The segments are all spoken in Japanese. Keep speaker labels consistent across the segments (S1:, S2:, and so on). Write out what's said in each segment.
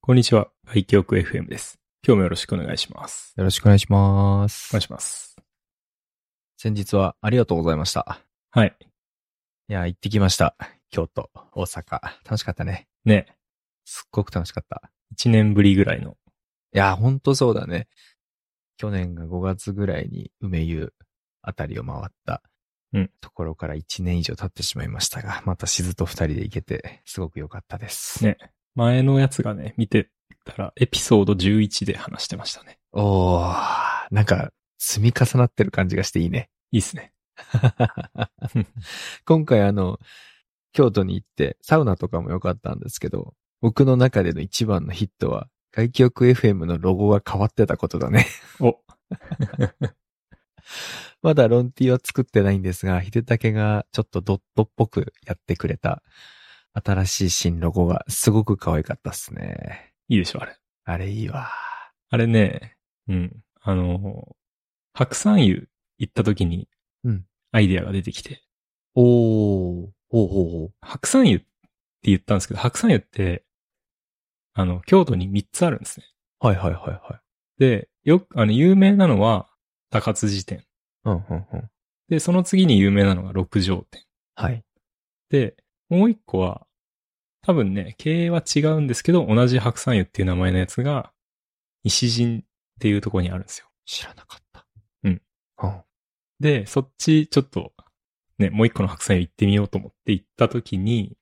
S1: こんにちは。外記憶 FM です。今日もよろしくお願いします。
S2: よろしくお願いします。
S1: お願いします。
S2: 先日はありがとうございました。
S1: はい。
S2: いや、行ってきました。京都、大阪。楽しかったね。
S1: ね、
S2: すっごく楽しかった。
S1: 1年ぶりぐらいの。
S2: いや、ほんとそうだね。去年が5月ぐらいに梅湯あたりを回った
S1: うん
S2: ところから1年以上経ってしまいましたが、またしずと2人で行けて、すごく良かったです。
S1: ね前のやつがね、見てたら、エピソード11で話してましたね。
S2: おー、なんか積み重なってる感じがしていいね。
S1: いいっすね。
S2: 今回あの、京都に行って、サウナとかも良かったんですけど、僕の中での一番のヒットは、外記憶 FM のロゴが変わってたことだね。
S1: お、
S2: まだロンティは作ってないんですが、秀武がちょっとドットっぽくやってくれた、新しい新ロゴがすごく可愛かったっすね。
S1: いいでしょ、あれ。
S2: あれいいわ。
S1: あれね、うん。あの、白山湯行った時に
S2: うん、
S1: アイデアが出てきて、
S2: おー、ほうほうほう。
S1: 白山湯って言ったんですけど、白山湯って、あの、京都に3つあるんですね。
S2: はいはいはいはい。
S1: で、よく、あの、有名なのは、高津寺店。
S2: うんうんうん。
S1: で、その次に有名なのが六条店。
S2: はい。
S1: で、もう一個は、多分ね、経営は違うんですけど、同じ白山湯っていう名前のやつが、西陣っていうところにあるんですよ。
S2: 知らなかった。
S1: うん。
S2: うん。
S1: で、そっち、ちょっと、ね、もう一個の白山湯行ってみようと思って行った時に、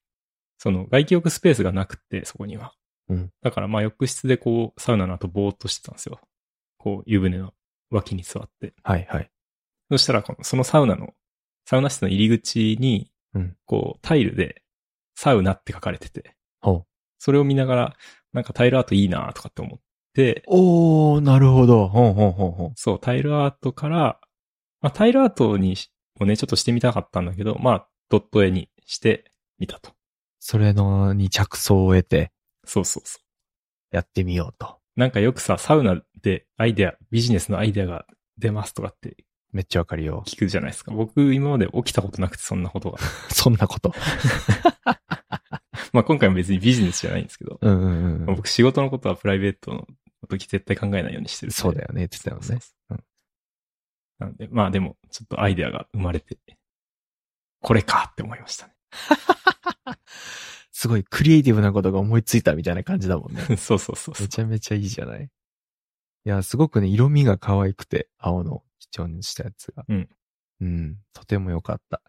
S1: その外気浴スペースがなくて、そこには。
S2: うん
S1: だからまあ浴室でこう、サウナの後ぼーっとしてたんですよ。こう、湯船の脇に座って。
S2: はいはい。
S1: そしたらこの、そのサウナの、サウナ室の入り口に、
S2: うん
S1: こう、タイルで、サウナって書かれてて、
S2: ほう
S1: それを見ながら、なんかタイルアートいいなとかって思って、
S2: おー、なるほど。ほんほんほんほん。
S1: そう、タイルアートから、まあ、タイルアートにし、をね、ちょっとしてみたかったんだけど、まあ、ドット絵にしてみたと。
S2: それの、に着想を得て、
S1: そうそうそ
S2: やってみようと。
S1: う。なんかよくさ、サウナでアイデア、ビジネスのアイデアが出ますとかって
S2: めっちゃわかるよ。
S1: 聞くじゃないですか。僕、今まで起きたことなくて、そんなことが。
S2: そんなこと。
S1: まあ、今回も別にビジネスじゃないんですけど、
S2: うんうんうん。
S1: 僕仕事のことはプライベートの時絶対考えないようにしてるんで。
S2: そうだよね、って言ってた
S1: そう
S2: よね。
S1: そう
S2: うん
S1: なんで、まあでも、ちょっとアイデアが生まれて、これかって思いました
S2: すごいクリエイティブなことが思いついたみたいな感じだもんね。
S1: ね。 そうそうそうそ
S2: め
S1: う。
S2: ちゃめちゃいいじゃない。いや、すごくね、色味が可愛くて、青の基調にしたやつが。
S1: うん。
S2: うん、とても良かった。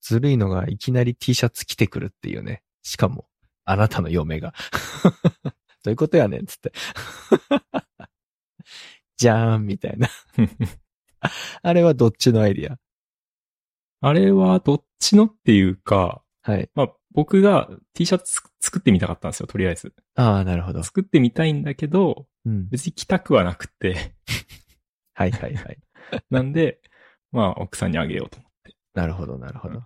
S2: ずるいのが、いきなり T シャツ着てくるっていうね。しかも、あなたの嫁が。 どういうことやねん、つって。 じゃーん、みたいな。あれはどっちのアイディア
S1: あれはどっちのっていうか、
S2: はい。
S1: まあ僕が T シャツつく作ってみたかったんですよ、とりあえず。
S2: ああ、なるほど。
S1: 作ってみたいんだけど、
S2: うん。
S1: 別に着たくはなくて、
S2: はいはいはい。
S1: なんで、まあ奥さんにあげようと思って。
S2: なるほど、なるほど。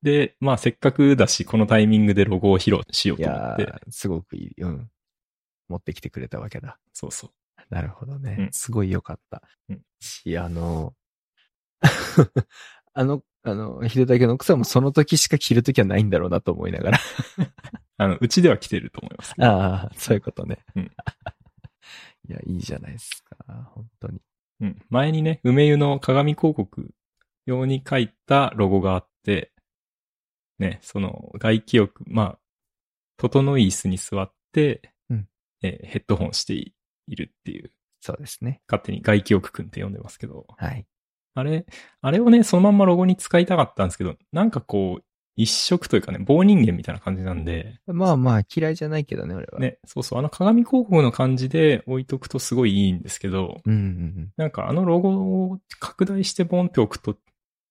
S1: で、まあせっかくだし、このタイミングでロゴを披露しよう
S2: い
S1: と思っ
S2: や
S1: て。
S2: ー、すごくいい。うん。持ってきてくれたわけだ。
S1: そうそう。
S2: なるほどね。
S1: うん
S2: すごい良かった。
S1: うん
S2: し、あの、 あの、あの、秀武の奥さんもその時しか着る時はないんだろうなと思いながら。
S1: あの、うちでは着てると思いますけど。
S2: ああ、そういうことね。
S1: うん
S2: いや、いいじゃないですか。本当に。
S1: うん。前にね、梅湯の鏡広告用に書いたロゴがあって、ね、その外気浴、まあ、整い椅子に座って、
S2: うん
S1: えーヘッドホンしているっていう、
S2: そうですね。
S1: 勝手に外気浴くんって呼んでますけど、
S2: はい。
S1: あれ、あれをね、そのまんまロゴに使いたかったんですけど、なんかこう、一色というかね、棒人間みたいな感じなんで、
S2: まあまあ、嫌いじゃないけどね、俺は。。
S1: ね、そうそう、あの鏡広告の感じで置いとくとすごいいいんですけど、
S2: うんうんうん。
S1: なんかあのロゴを拡大してボンって置くと、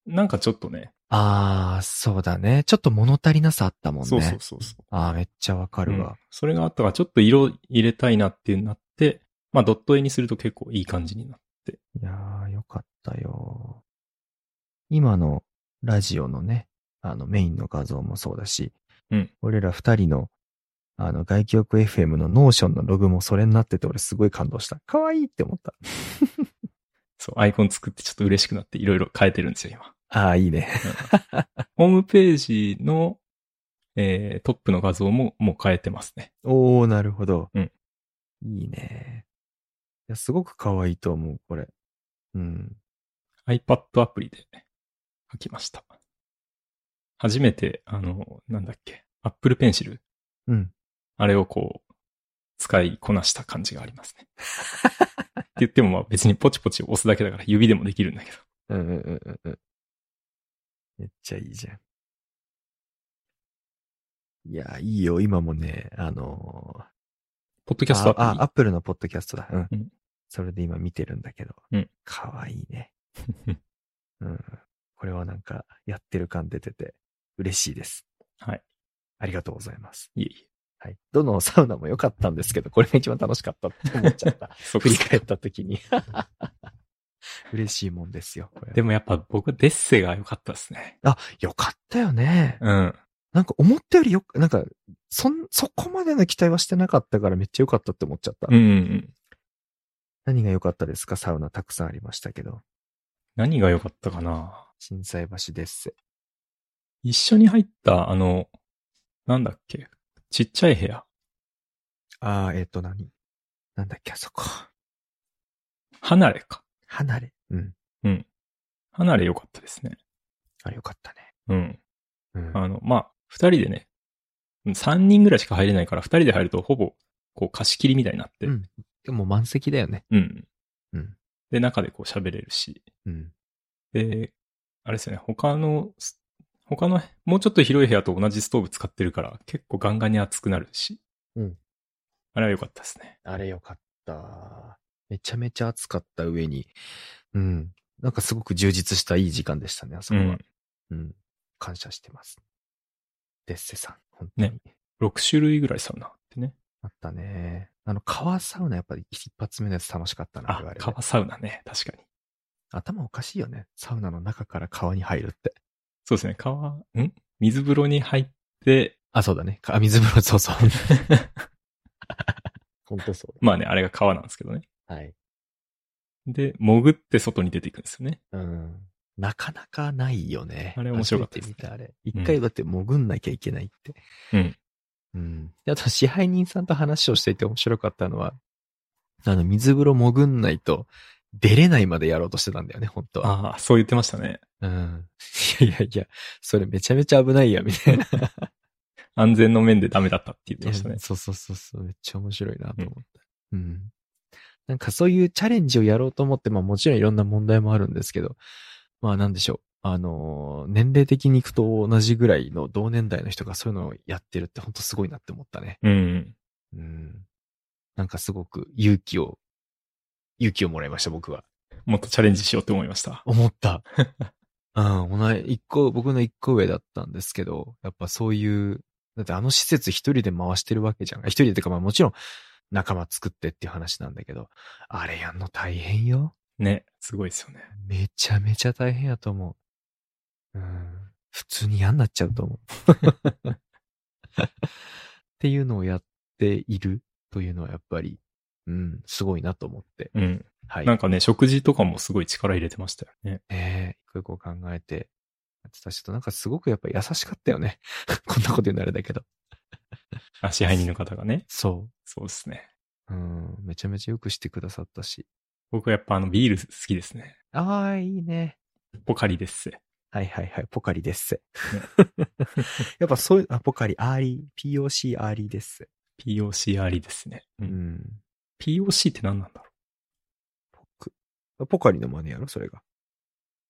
S1: なんかちょっとね。
S2: ああ、そうだね。ちょっと物足りなさあったもんね。
S1: そうそうそうそう。
S2: ああ、めっちゃわか
S1: あ
S2: るわ。
S1: それがあったから、ちょっと色入れたいなってなって、まあドット絵にすると結構いい感じになる。
S2: いやー、よかったよ。今のラジオのね、あのメインの画像もそうだし、
S1: うん
S2: 俺ら二人の、あの、外記憶 FM のノーションのログもそれになってて俺すごい感動した。かわいいって思った。
S1: そう、アイコン作ってちょっと嬉しくなっていろいろ変えてるんですよ、今。
S2: ああ、いいね。
S1: ホームページの、えートップの画像ももう変えてますね。
S2: おー、なるほど。
S1: うん。
S2: いいね。いや、すごく可愛いと思う、これ。うん。
S1: iPad アプリで書きました。初めて、あの、なんだっけ、Apple Pencil。
S2: うん。
S1: あれをこう、使いこなした感じがありますね。って言ってもまあ別にポチポチ押すだけだから指でもできるんだけど。
S2: うんうんうんうんうん。めっちゃいいじゃん。いや、いいよ。今もね、あのー
S1: ポッドキャスト
S2: あ
S1: ア
S2: あ、アップルのポッドキャストだ。うん。
S1: うん
S2: それで今見てるんだけど。
S1: うん
S2: かわいい ね。
S1: プリ。
S2: うん。これはなんか、やってる感出てて、嬉しいです。
S1: はい。
S2: ありがとうございます。
S1: いえい
S2: はい。どのサウナも良かったんですけど、これが一番楽しかったって思っちゃった
S1: え。。そ
S2: 振
S1: こ
S2: り返った時に。 嬉しいもんですよ、これ。
S1: でもやっぱ僕はデッセが良かったですね。
S2: よかったよね。
S1: うん。
S2: なんか思ったよりよく、なんか、そん、そこまでの期待はしてなかったからめっちゃ良かったって思っちゃった。
S1: うん、うんうん。
S2: 何が良かったですかサウナたくさんありましたけど。
S1: 何が良かったかな
S2: 震災橋です。
S1: 一緒に入った、あの、なんだっけ、ちっちゃい部屋。
S2: ああ、えっ、と、何なんだっけ、あそこ。
S1: 離れか。
S2: 離れ。うん。
S1: 離れ良かったですね。
S2: あれよかったね。
S1: うん。
S2: うん。
S1: あの、まあ、二人でね、三人ぐらいしか入れないから、二人で入るとほぼ、こう貸し切りみたいになって、
S2: うんでも満席だよね。
S1: うん。
S2: うん
S1: で、中でこう喋れるし。
S2: うん。
S1: で、あれですよね、他のス、他の、もうちょっと広い部屋と同じストーブ使ってるから、結構ガンガンに熱くなるし。
S2: うん。
S1: あれは良かったですね。
S2: あれよかった。めちゃめちゃ暑かった上に、うん。なんかすごく充実したいい時間でしたね、あそこは。
S1: うん
S2: うん。感謝してます。デッセさん、本当に。
S1: ね6種類ぐらいサウナあってね。
S2: あったね。あの、川サウナやっぱり一発目のやつ楽しかったな、あ
S1: あ
S2: れはあ、れで
S1: 川サウナね。確かに。
S2: 頭おかしいよね。サウナの中から川に入るって。
S1: そうですね。川、ん水風呂に入って、
S2: あ、そうだね。か水風呂、そ うそう。本当そう
S1: まあね、あれが川なんですけどね。
S2: だ。はい。
S1: で、潜って外に出ていくんですよね。
S2: うんなかなかないよね。
S1: あれ面白かったです
S2: 初
S1: ね
S2: めて見たあれ。
S1: うん
S2: 一回だって潜んなきゃいけないって。
S1: うん。
S2: うん。であと、支配人さんと話をしていて面白かったのは、あの、水風呂潜んないと、出れないまでやろうとしてたんだよね、本当は。
S1: ああ、そう言ってましたね。
S2: うん。 いやいやいや、それめちゃめちゃ危ないや、みたいな。
S1: 安全の面でダメだったって言ってましたね。
S2: そうそうそうそう、めっちゃ面白いなと思った。うん。なんかそういうチャレンジをやろうと思って、まあもちろんいろんな問題もあるんですけど、まあなんでしょう。あのー、年齢的にいくと同じぐらいの同年代の人がそういうのをやってるって本当すごいなって思ったね。
S1: うん。
S2: うん。なんかすごく勇気を、勇気をもらいました、僕は。
S1: もっとチャレンジしようって思いました。
S2: 思 った。うん、同じ、一個、僕の一個上だったんですけど、やっぱそういう、だってあの施設一人で回してるわけじゃん。一人でてか、まあもちろん仲間作ってっていう話なんだけど、あれやんの大変よ。
S1: ね。すごいですよね。
S2: めちゃめちゃ大変やと思う。うん、普通に嫌になっちゃうと思う。っていうのをやっているというのはやっぱり、うん、すごいなと思って。
S1: うん。
S2: はい。
S1: なんかね、食事とかもすごい力入れてましたよね。
S2: ねえ、一個一個考えてやってたし、ちょっとなんかすごくやっぱ優しかったよね。 こんなこと言うのあれだけど。
S1: あ、支配人の方がね。
S2: そ
S1: そうですね。
S2: う。うん、めちゃめちゃよくしてくださったし。
S1: 僕はやっぱあのビール好きですね。
S2: ああ、いいね。
S1: ポカリです。
S2: はいはいはい、ポカリです。 やっぱそういう、あ、ポカリ、アーリー、POC アーリーです。
S1: POC ありですね。う。
S2: うんん。
S1: POC って何なんだろ
S2: ポクポカリの真似やろ、それが。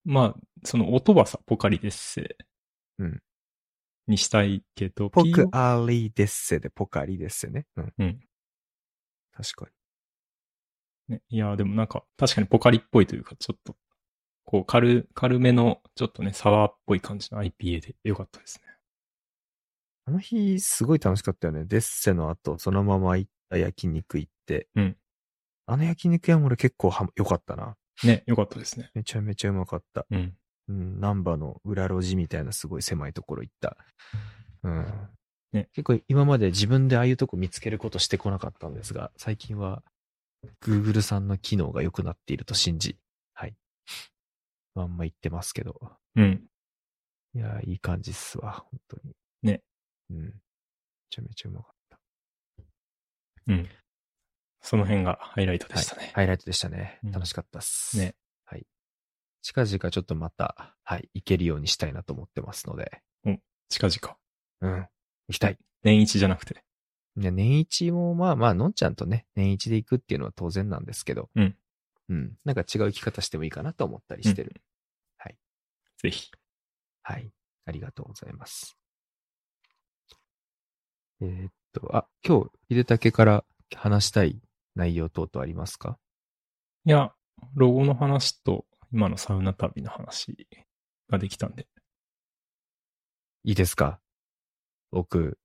S1: う。まあ、その音はさ、ポカリです。
S2: うん。
S1: にしたいけど、
S2: ポ
S1: PO
S2: クアーリーですで、ポカリですね。うん。
S1: うん。
S2: 確か
S1: ね、いやー、でもなんか、確かにポカリっぽいというか、ちょっと、こう、軽、軽めの、ちょっとね、サワーっぽい感じの IPA でよかったですね。
S2: に。あの日、すごい楽しかったよね。デッセの後、そのまま行った焼肉行って。
S1: うん。
S2: あの焼肉屋も俺結構は良かったな。
S1: ね、よかったですね。
S2: めちゃめちゃうまかった。
S1: うん。
S2: うん、難波の裏路地みたいなすごい狭いところ行った。うん。
S1: ね
S2: 結構今まで自分でああいうとこ見つけることしてこなかったんですが、最近は Google さんの機能が良くなっていると信じ、はい。まんま言ってますけど。
S1: うん。
S2: いやー、いい感じっすわ、本当に。
S1: ね。
S2: うん。めちゃめちゃうまかった。
S1: うん。その辺がハイライトでしたね。
S2: ハイライトでしたね
S1: うん。
S2: 楽しかったっす。
S1: ね。
S2: はい。近々ちょっとまた、はい、行けるようにしたいなと思ってますので。
S1: 近々。
S2: うん。行きたい。
S1: 年一じゃなくて。
S2: いや年一も、まあまあ、のんちゃんとね、年一で行くっていうのは当然なんですけど。
S1: うん。
S2: うん。なんか違う生き方してもいいかなと思ったりしてる。
S1: ぜひ。
S2: はい。ありがとうございます。えーっと、あ、今日、ひでたけから話したい内容等々ありますか
S1: いや、ロゴの話と今のサウナ旅の話ができたんで。
S2: いいですか僕、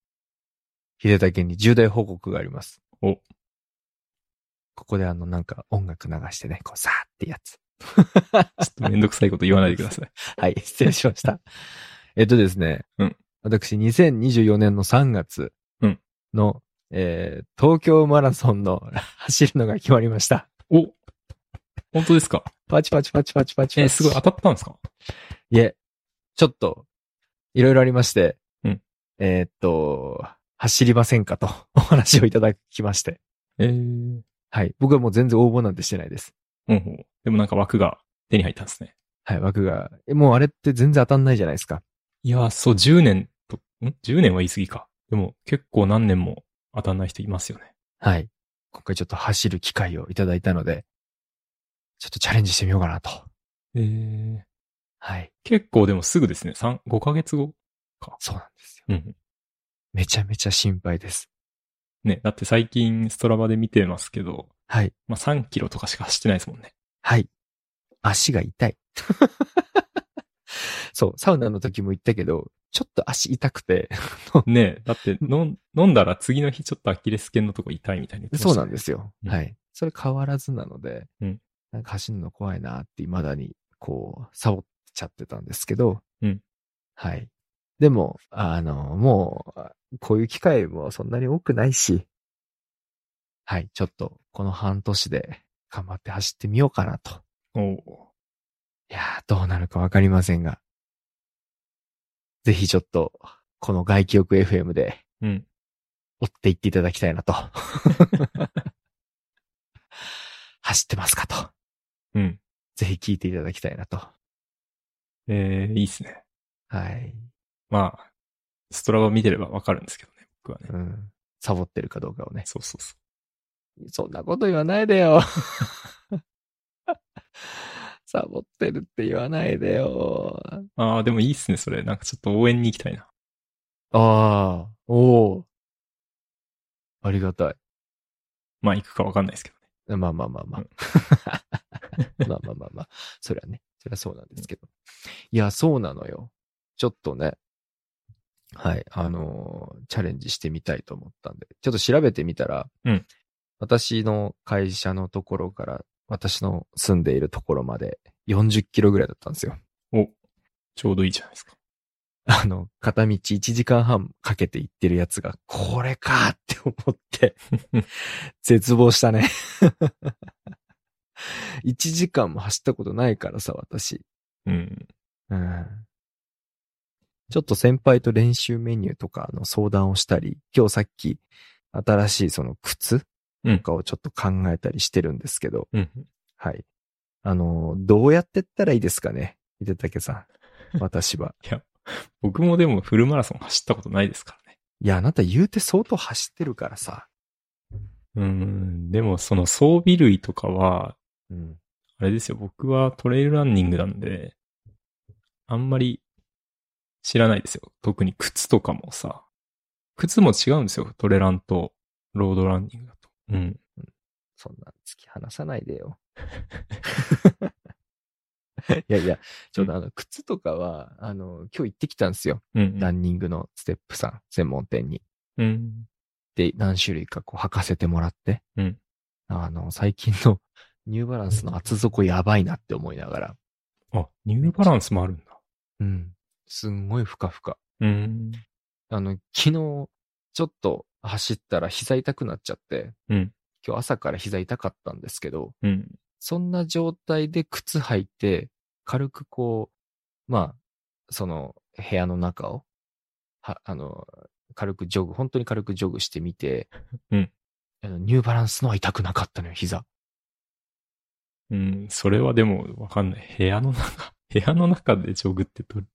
S2: 秀武に重大報告があります。
S1: お
S2: ここであの、なんか音楽流してね、こう、さーってや つ。
S1: ちょっとめんどくさいこと言わないでください。
S2: はい、 失礼しました。えっとですね。
S1: うん
S2: 私、2024年の3月
S1: うん
S2: の、えー東京マラソンの 走るのが決まりました。
S1: お本当ですか
S2: パチパチパチパチパチパチ。
S1: え、すごい当たったんですか
S2: いえ、ちょっと、いろいろありまして、
S1: うん
S2: えーっと、走りませんかと お話をいただきまして。
S1: えー、うん
S2: はい。僕はもう全然応募なんてしてないです。
S1: うん。でもなんか枠が手に入ったんですね。
S2: はい、枠が。えもうあれって全然当たんないじゃないですか。
S1: いやー、そう、10年と、ん ?10 年は言い過ぎか。でも結構何年も当たんない人いますよね。
S2: はい。今回ちょっと走る機会をいただいたので、ちょっとチャレンジしてみようかなと。
S1: えー、
S2: はい。
S1: 結構でもすぐですね。3、5ヶ月後。
S2: そうなんですよ。
S1: うん。
S2: めちゃめちゃ心配です。
S1: ね、だって最近ストラバで見てますけど、
S2: はい。
S1: まあ、3キロとかしか走ってないですもんね。
S2: はい。足が痛い。 そう、サウナの時も言ったけど、ちょっと足痛くて、
S1: ねえ、だって飲ん、飲んだら次の日ちょっとアキレス腱のとこ痛いみたいに言ってました
S2: そ
S1: ね
S2: うなんですよ。
S1: うん
S2: はい。それ変わらずなので、
S1: うん
S2: なんか走るの怖いなって、未だに、こう、サボっちゃってたんですけど、
S1: うん
S2: はい。でも、あの、もう、こういう機会もそんなに多くないし、はい、ちょっと、この半年で頑張って走ってみようかなと。
S1: おう
S2: いやー、どうなるかわかりませんが、ぜひちょっと、この外記憶 FM で
S1: うん。
S2: 追っていっていただきたいなと。 走ってますかと。
S1: うん。
S2: ぜひ聞いていただきたいなと。
S1: えー、いいっすね。
S2: はい。
S1: まあ、ストラバ見てればわかるんですけどね、僕はね。
S2: うん。サボってるかどうかをね。
S1: そうそうそ
S2: そんなこと言わないでよ。 サボってるって言わないでよ。
S1: う。ああ、でもいいっすね、それ。なんかちょっと応援に行きたいな。
S2: ああ、おお。ありがたい。
S1: まあ、行くかわかんないですけどね。
S2: まあまあまあまあ
S1: う。
S2: まあまあまあまあ。そりゃね。そりゃそうなんですけど。いや、そうなのよ。ちょっとね。はい。あのーチャレンジしてみたいと思ったんで。ちょっと調べてみたら、
S1: うん
S2: 私の会社のところから、私の住んでいるところまで40キロぐらいだったんですよ。
S1: お、ちょうどいいじゃないですか。
S2: あの、片道1時間半かけて行ってるやつが、これかって思 って、絶望したね。1時間も走ったことないからさ、私。
S1: うん。
S2: うん。ちょっと先輩と練習メニューとかの相談をしたり、今日さっき新しいその靴
S1: うん
S2: とかをちょっと考えたりしてるんですけど、
S1: うん。
S2: はい。あの、どうやってったらいいですかね秀武さん。私は。
S1: 僕もでもフルマラソン走ったことないですからね。
S2: いや、あなた言うて相当走ってるからさ。
S1: うん。でも、その装備類とかは、
S2: うん。
S1: あれですよ、僕はトレイルランニングなんで、あんまり知らないですよ。特に靴とかもさ。靴も違うんですよ、トレランとロードランニングだと。うん。
S2: そんな突き放さないで よ。いやいや、ちょっとあの、靴とかは、あの、今日行ってきたんですよ。
S1: うん
S2: ラ。ンニングのステップさん、専門店に。
S1: うん。
S2: で、何種類かこう履かせてもらって。
S1: うん
S2: あの、最近の ニューバランスの厚底やばいなって思いながら。
S1: あ、ニューバランスもあるんだ。
S2: うん。すんごいふかふか。
S1: うん。
S2: あの、昨日、ちょっと走ったら膝痛くなっちゃって。
S1: うん
S2: 今日朝から膝痛かったんですけど。
S1: うん。
S2: そんな状態で靴履いて、軽くこう、まあ、その部屋の中を、は、あの、軽くジョグ、本当に軽くジョグしてみて、
S1: うん
S2: あのニューバランスのは痛くなかったのよ、膝。
S1: うん、それはでもわかんない。部屋の中、 部屋の中でジョグってとる。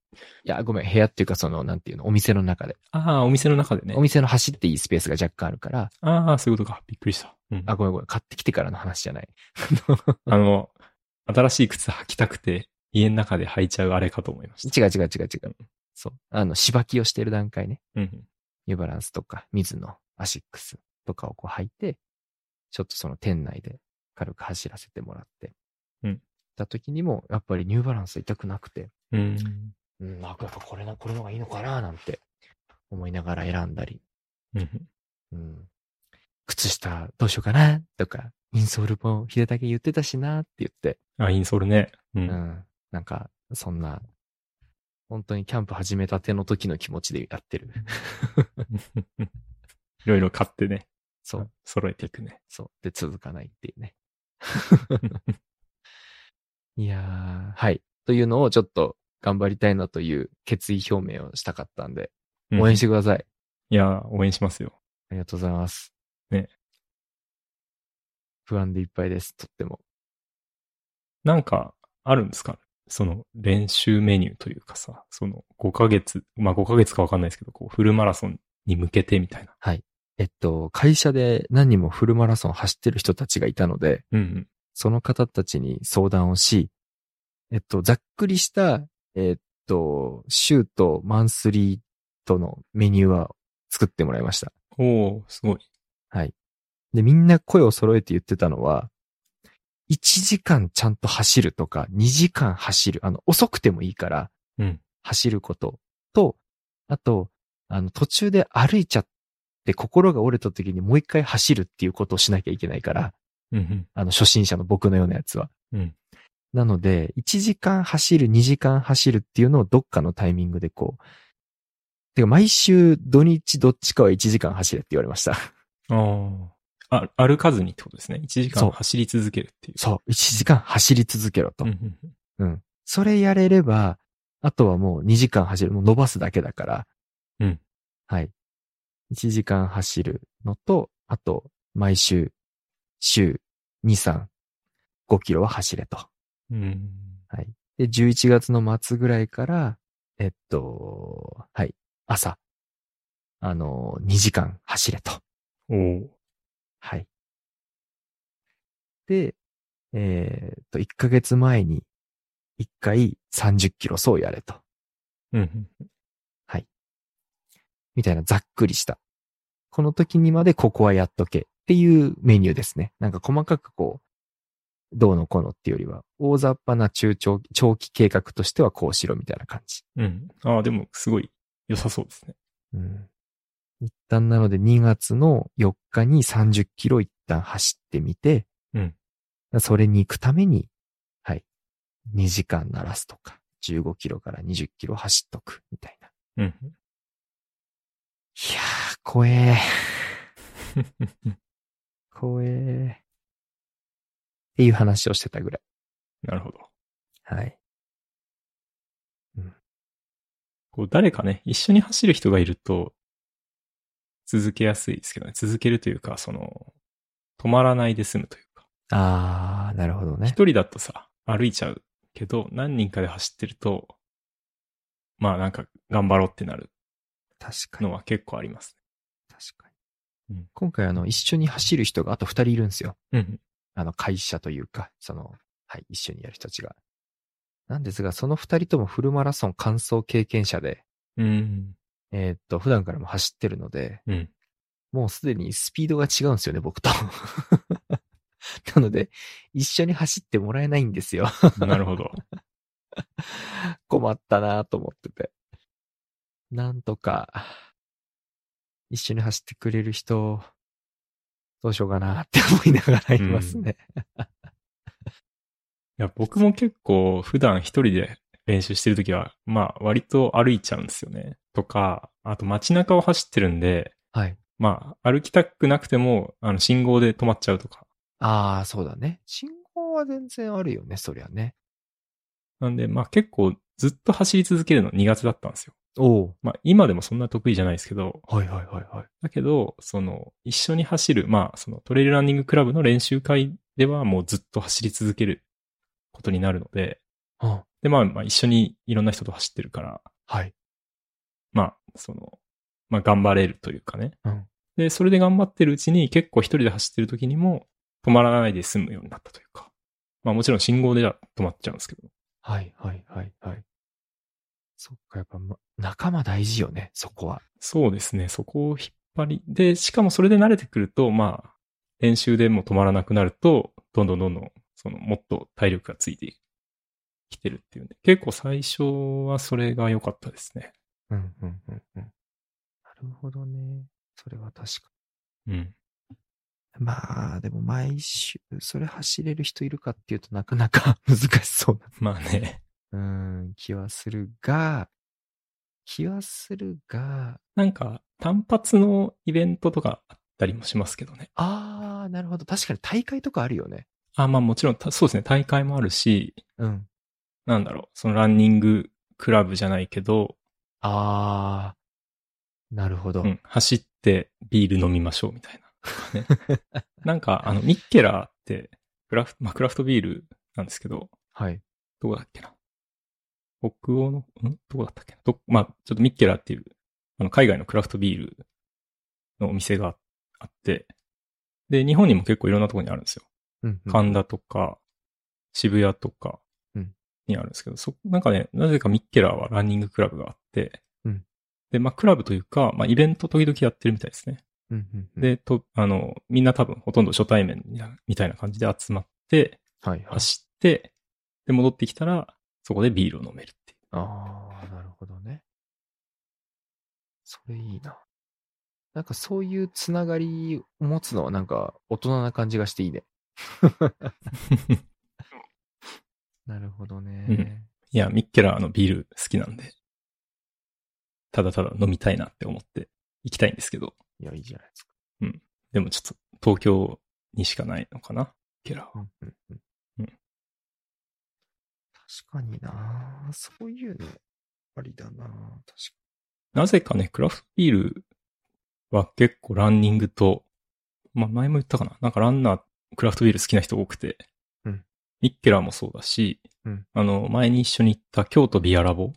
S2: いや、ごめん、部屋っていうかその、なんていうの、お店の中で。
S1: ああ、お店の中でね
S2: お。店の走っていいスペースが若干あるから、
S1: ああ、そういうことか。びっくりした。うん。
S2: あ、ごめんごめん、買ってきてからの話じゃない。
S1: あの、新しい靴履きたくて、家の中で履いちゃうあれかと思いました。
S2: 違う違う違う違う。そう。あの、しばきをしてる段階ね。
S1: うん。
S2: ニューバランスとか、ミズノ、アシックスとかをこう履いて、ちょっとその店内で軽く走らせてもらって。
S1: うん。
S2: た時にも、やっぱりニューバランス痛くなくて、
S1: うん。
S2: うん、なんかやっぱこれな、これの方がいいのかななんて思いながら選んだり、
S1: うん。
S2: うん。靴下どうしようかなとか、インソールも秀武言ってたしなって言って、
S1: あ、インソールね。うん。
S2: うん。なんか、そんな、本当にキャンプ始めたての時の気持ちでやってる。
S1: いろいろ買ってね、
S2: そう。
S1: 揃えていくね。
S2: そう。で、続かないっていうね。いやー、はい。というのをちょっと頑張りたいなという決意表明をしたかったんで、応援しててください。
S1: いや、応援しますよ。
S2: ありがとうございます。
S1: ね。
S2: 不安でいっぱいです、とっても。
S1: なんか、あるんですかその、練習メニューというかさ、その、5ヶ月、まあ5ヶ月かわかんないですけど、こう、フルマラソンに向けてみたいな。
S2: えっと、会社で何人もフルマラソン走ってる人たちがいたので、
S1: うん
S2: その方たちに相談をし、えっと、ざっくりした、えっと、週とマンスリーとのメニューは作ってもらいました。
S1: うん。おー、すごい。
S2: で、みんな声を揃えて言ってたのは、1時間ちゃんと走るとか、2時間走る、あの、遅くてもいいから、
S1: うん。
S2: 走ることと、あと、あの、途中で歩いちゃって心が折れた時にもう一回走るっていうことをしなきゃいけないから、
S1: うん
S2: あの、初心者の僕のようなやつは。
S1: うん。うん。
S2: なので、1時間走る、2時間走るっていうのをどっかのタイミングでこう、てか毎週土日どっちかは1時間走れって言われました。
S1: ああ。あ、歩かずにってことですね。1時
S2: そ
S1: 間
S2: う
S1: 走り続けるっていう。
S2: そう、1時間走り続けろと。
S1: うんうんうん。
S2: うん。それやれれば、あとはもう2時間走る。もう伸ばすだけだから。
S1: うん。
S2: はい。1時間走るのと、あと、毎週、週2、3、5キロは走れと。
S1: うん。
S2: で、11月の末ぐらいから、えっと、はい、朝、あの、2時間走れと。
S1: おー。
S2: はい。で、えーっと、1ヶ月前に、1回30キロ走やれと。
S1: うんうん。
S2: みたいなざっくりした。この時にまでここはやっとけっていうメニューですね。なんか細かくこう、どうのこうのっていうよりは、大雑把な中長期、長期計画としてはこうしろみたいな感じ。
S1: うん。ああ、でも、すごい良さそうですね。
S2: うん。一旦なので2月の4日に30キロ一旦走ってみて、
S1: うん。
S2: それに行くために、はい。2時間鳴らすとか、15キロから20キロ走っとくみたいな。
S1: うん
S2: いやー、怖えー。
S1: うん。
S2: 怖えー。っていう話をしてたぐらい。
S1: なるほど。
S2: はい。
S1: こう、誰かね、一緒に走る人がいると、続けやすいですけどね。続けるというか、その、止まらないで済むというか。
S2: あー、なるほどね。
S1: 一人だとさ、歩いちゃうけど、何人かで走ってると、まあなんか、頑張ろうってなる
S2: 確か
S1: の
S2: に。
S1: は結構あります
S2: 確かに。
S1: うん
S2: 今回あの、一緒に走る人があと二人いるんですよ。
S1: ね。うん。
S2: あの、会社というか、その、はい、一緒にやる人たちが。なんですが、その二人ともフルマラソン完走経験者で、
S1: うん。
S2: えーっと、普段からも走ってるので、
S1: うん。
S2: もうすでにスピードが違うんですよね、僕と。 なので、一緒に走ってもらえないんですよ。
S1: なるほど。
S2: 困ったなと思ってて。なんとか、一緒に走ってくれる人、どうしようかなって思いながらいますね。
S1: いや、僕も結構普段一人で練習してるときは、まあ割と歩いちゃうんですよね。とか、あと街中を走ってるんで、
S2: はい。
S1: まあ歩きたくなくても、あの信号で止まっちゃうとか。
S2: ああ、そうだね。信号は全然あるよね、そりゃね。
S1: なんで、まあ結構ずっと走り続けるの苦手だったんですよ。
S2: お
S1: まあ今でもそんな得意じゃないですけど、
S2: はいはいはいはい。
S1: だけど、その、一緒に走る、まあ、そのトレイルランニングクラブの練習会ではもうずっと走り続けることになるので、
S2: あ
S1: で、まあ、まあ、一緒にいろんな人と走ってるから、
S2: はい。
S1: まあ、その、まあ、頑張れるというかね。
S2: うん
S1: で、それで頑張ってるうちに結構一人で走ってる時にも止まらないで済むようになったというか。まあ、もちろん信号では止まっちゃうんですけど。
S2: はいはいはいはい。そっか、やっぱ、ま、仲間大事よね、そこは。
S1: そうですね。そこを引っ張り。で、しかもそれで慣れてくると、まあ、練習でも止まらなくなると、どんどんどんどん、その、もっと体力がついてきてるっていうね。結構最初はそれが良かったですね。
S2: うんうんうんうん。なるほどね。それは確か
S1: うん。
S2: に。まあ、でも毎週、それ走れる人いるかっていうとなかなか 難しそうな
S1: まあね。
S2: うん、気はするが、気はするが、
S1: なんか、単発のイベントとかあったりもしますけどね。
S2: あー、なるほど。確かに大会とかあるよね。
S1: あ、まあもちろん、たそうですね。大会もあるし、
S2: うん。
S1: なんだろう。そのランニングクラブじゃないけど、
S2: あー、なるほど。
S1: うん、走ってビール飲みましょうみたいな。 ねなんか、あの、ミッケラーって、クラフト、まあ、クラフトビールなんですけど、
S2: はい。
S1: どこだっけな。北欧の、んどこだったっけな。ど、まあ、ちょっとミッケラーっていう、あの、海外のクラフトビールのお店があって、で、日本にも結構いろんなところにあるんですよ。
S2: うんうん
S1: 神田とか、渋谷とか
S2: うん
S1: にあるんですけど、そ、なんかね、なぜかミッケラーはランニングクラブがあって、
S2: うん
S1: で、まあ、クラブというか、まあ、イベント時々やってるみたいですね。
S2: うんうんうん、
S1: で、と、あの、みんな多分ほとんど初対面みたいなみたいな感じで集まって、
S2: はいはい。
S1: 走って、で、戻ってきたら、そこでビールを飲めるっていう。
S2: ああ、なるほどね。それいいな。なんかそういうつながりを持つのはなんか大人な感じがしていいね。 なるほどね。
S1: いや、ミッケラーのビール好きなんで、ただただ飲みたいなって思って行きたいんですけど、
S2: いや、いいじゃないですか。
S1: でもちょっと東京にしかないのかな、ミッケラーは。
S2: うんうんうん
S1: うん
S2: 確かにな。そういうのありだな。確か
S1: なぜかね、クラフトビールは結構ランニングと、まあ前も言ったかな。なんかランナー、クラフトビール好きな人多くて。
S2: うん
S1: ミッケラーもそうだし、
S2: うん
S1: あの、前に一緒に行った京都ビアラボ。
S2: に。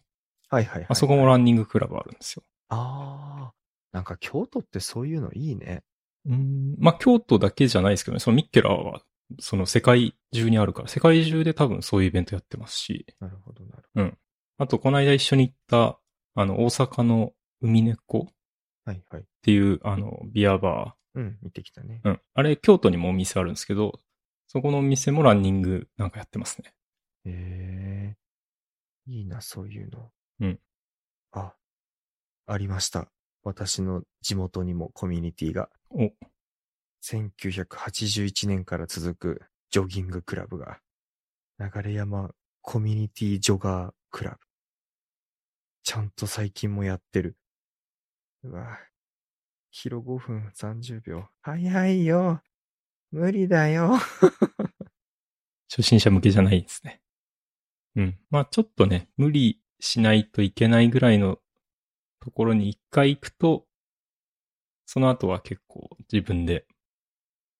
S2: はいはいはい。
S1: あそこもランニングクラブあるんですよ。
S2: ああ。なんか京都ってそういうのいいね。
S1: うん。まあ京都だけじゃないですけどね、そのミッケラーは、その世界中にあるから、世界中で多分そういうイベントやってますし、
S2: なるほどなる
S1: あとこの間一緒に行った、あの、大阪の海猫っ
S2: ほど。はいはい。
S1: ていう、あの、ビアバー、
S2: うん、見てきたね。
S1: うん。あれ、京都にもお店あるんですけど、そこのお店もランニングなんかやってますね。
S2: へえいいな、そういうの。
S1: うん。
S2: あ、ありました。私の地元にもコミュニティが。
S1: お。
S2: 1981年から続くジョギングクラブが、流山コミュニティジョガークラブ。ちゃんと最近もやってる。うわ、キロ5分30秒。早いよ。無理だよ。
S1: 初心者向けじゃないですね。うん。まあちょっとね、無理しないといけないぐらいのところに一回行くと、その後は結構自分で、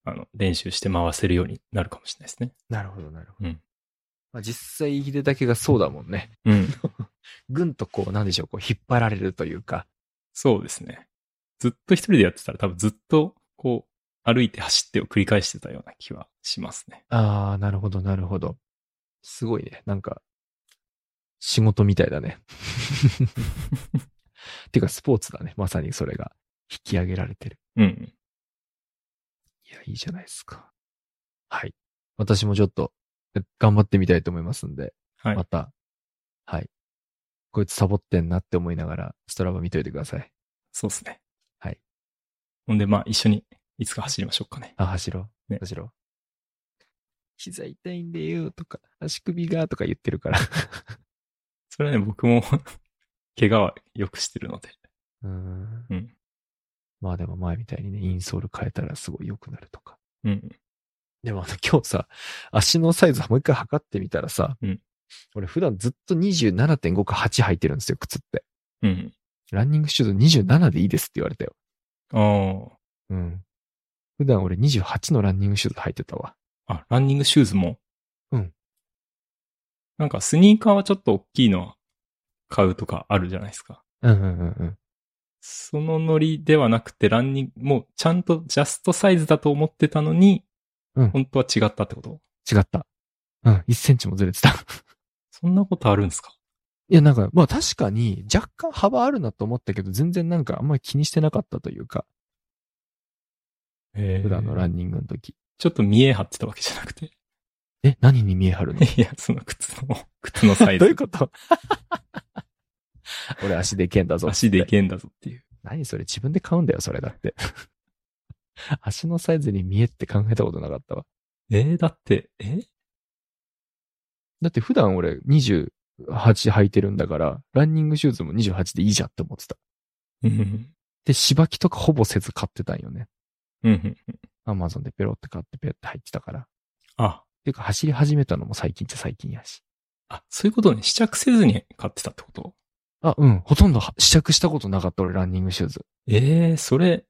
S1: あの、練習して回せるようになるかもしれないですね。
S2: なるほど、なるほ
S1: うん
S2: まあ、実際、秀武がそうだもんね。
S1: うん。
S2: ぐんとこう、なんでしょう、こう、引っ張られるというか。
S1: そうですね。ずっと一人でやってたら多分ずっと、こう、歩いて走ってを繰り返してたような気はしますね。
S2: ああ、なるほど、なるほど。すごいね。なんか、仕事みたいだ ね。てか、スポーツだね。まさにそれが引き上げられてる。
S1: うん。
S2: いや、いいじゃないですか。はい。私もちょっと、え頑張ってみたいと思いますんで、
S1: はい
S2: ま。た、はい。こいつサボってんなって思いながら、ストラバ見といてください。
S1: そうですね。
S2: はい。
S1: ほんで、まあ、一緒にいつか走りましょうかね。
S2: あ、走ろう。
S1: ね
S2: 走ろう。膝痛いんだよとか、足首がとか言ってるから。
S1: それはね、僕も、 怪我はよくしてるので。
S2: うー
S1: うん
S2: ん。まあでも前みたいにね、インソール変えたらすごい良くなるとか。
S1: うん。
S2: でもあの 今日さ、足のサイズもう一回測ってみたらさ、
S1: うん
S2: 俺普段ずっと27.5か8履いてるんですよ、靴って。
S1: うん。
S2: ランニングシューズ27でいいですって言われたよ。
S1: あ
S2: うん。普段俺28のランニングシューズ履いてたわ。
S1: あ。あ、ランニングシューズも。
S2: うん。
S1: なんかスニーカーはちょっと大きいのは買うとかあるじゃないですか。
S2: うんうんうんうん。
S1: そのノリではなくて、ランニング、もうちゃんとジャストサイズだと思ってたのに、
S2: うん
S1: 本当は違ったってこと
S2: 違った。うん、1センチもずれてた。
S1: そんなことあるんですか
S2: いや、なんか、まあ確かに若干幅あるなと思ったけど、全然なんかあんまり気にしてなかったというか、
S1: え
S2: 普段のラ
S1: ン。
S2: ンニングの時。
S1: ちょっと見え張ってたわけじゃなくて。
S2: え、何に見え張るの
S1: いや、その靴の、 靴のサイズ。
S2: どういうこと 俺足でいけんだぞ。
S1: 足でいけんだぞっていう。
S2: 何それ自分で買うんだよ、それだって。 足のサイズに見えって考えたことなかったわ。
S1: えー、だって、え
S2: だって普段俺28履いてるんだから、ランニングシューズも28でいいじゃんって思ってた。
S1: うん。
S2: で、しばきとかほぼせず買ってたんよね。
S1: うんうん。
S2: アマゾンでペロって買ってペロって入ってたから。っ
S1: あ、
S2: ていうか走り始めたのも最近っちゃ最近やし。
S1: あ、そういうことね。試着せずに買ってたってこと
S2: あ、うん。ほとんどは試着したことなかった俺ランニングシューズ。
S1: ええー、それ、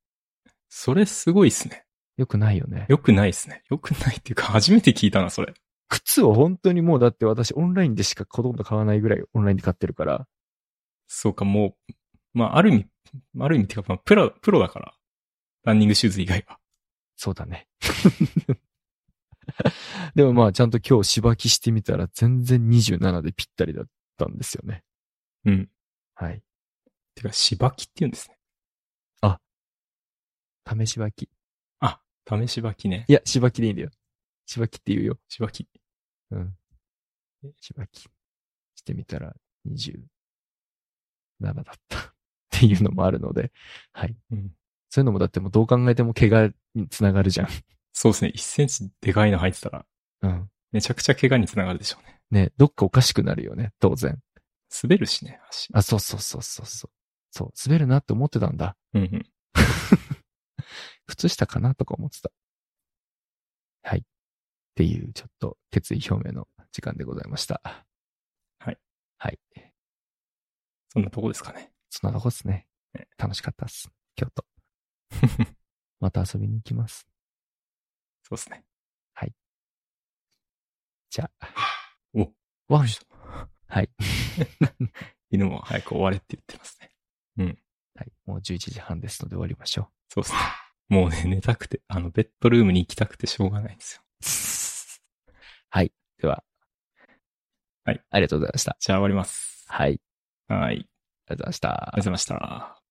S1: それすごいっすね。
S2: よくないよね。
S1: よくないっすね。よくないっていうか、 初めて聞いたな、それ。
S2: 靴を本当にもうだって私オンラインでしかほとんど買わないぐらいオンラインで買ってるから。
S1: そうか、もう、まあ、ある意味、ある意味っていうか、まあ、プロ、プロだから。ランニングシューズ以外は。
S2: そうだね。 でもまあちゃんと今日しばきしてみたら全然27でぴったりだったんですよね。
S1: うん。
S2: はい。
S1: てか、しばきって言うんですね。
S2: 試しばき。
S1: あ、試しばきね。
S2: いや、しばきでいいんだよ。しばきって言うよ。
S1: しばき。
S2: うん。しばきしてみたら27だった っていうのもあるので、はい。
S1: うん。
S2: そういうのもだってもうどう考えても怪我につながるじゃん。
S1: そうですね。1センチでかいの入ってたら、
S2: うん。
S1: めちゃくちゃ怪我につながるでしょうね。
S2: ね、どっかおかしくなるよね、当然。
S1: 滑るしね、足。
S2: あ、そうそうそうそうそう。そう、滑るなって思ってたんだ。
S1: うんうん。
S2: 靴下かなとか思ってた。はい。っていう、ちょっと決意表明の時間でございました。
S1: はい。
S2: はい。
S1: そんなとこですかね。
S2: そんなとこですね
S1: ね。
S2: 楽しかったっす。京都。また遊びに行きます。
S1: そうですね。
S2: じゃあ。
S1: お
S2: ワン。はい。
S1: 犬も早く終われって言ってますね。
S2: はい。もう11時半ですので終わりましょ
S1: そうですね。もうね、寝たくて、あの、ベッドルームに行きたくてしょうがないんですよ。
S2: う。はい。では。
S1: はい。
S2: ありがとうございました。
S1: じゃあ終わります。
S2: はい。
S1: はい。
S2: ありがとうございました
S1: ありがとうございました。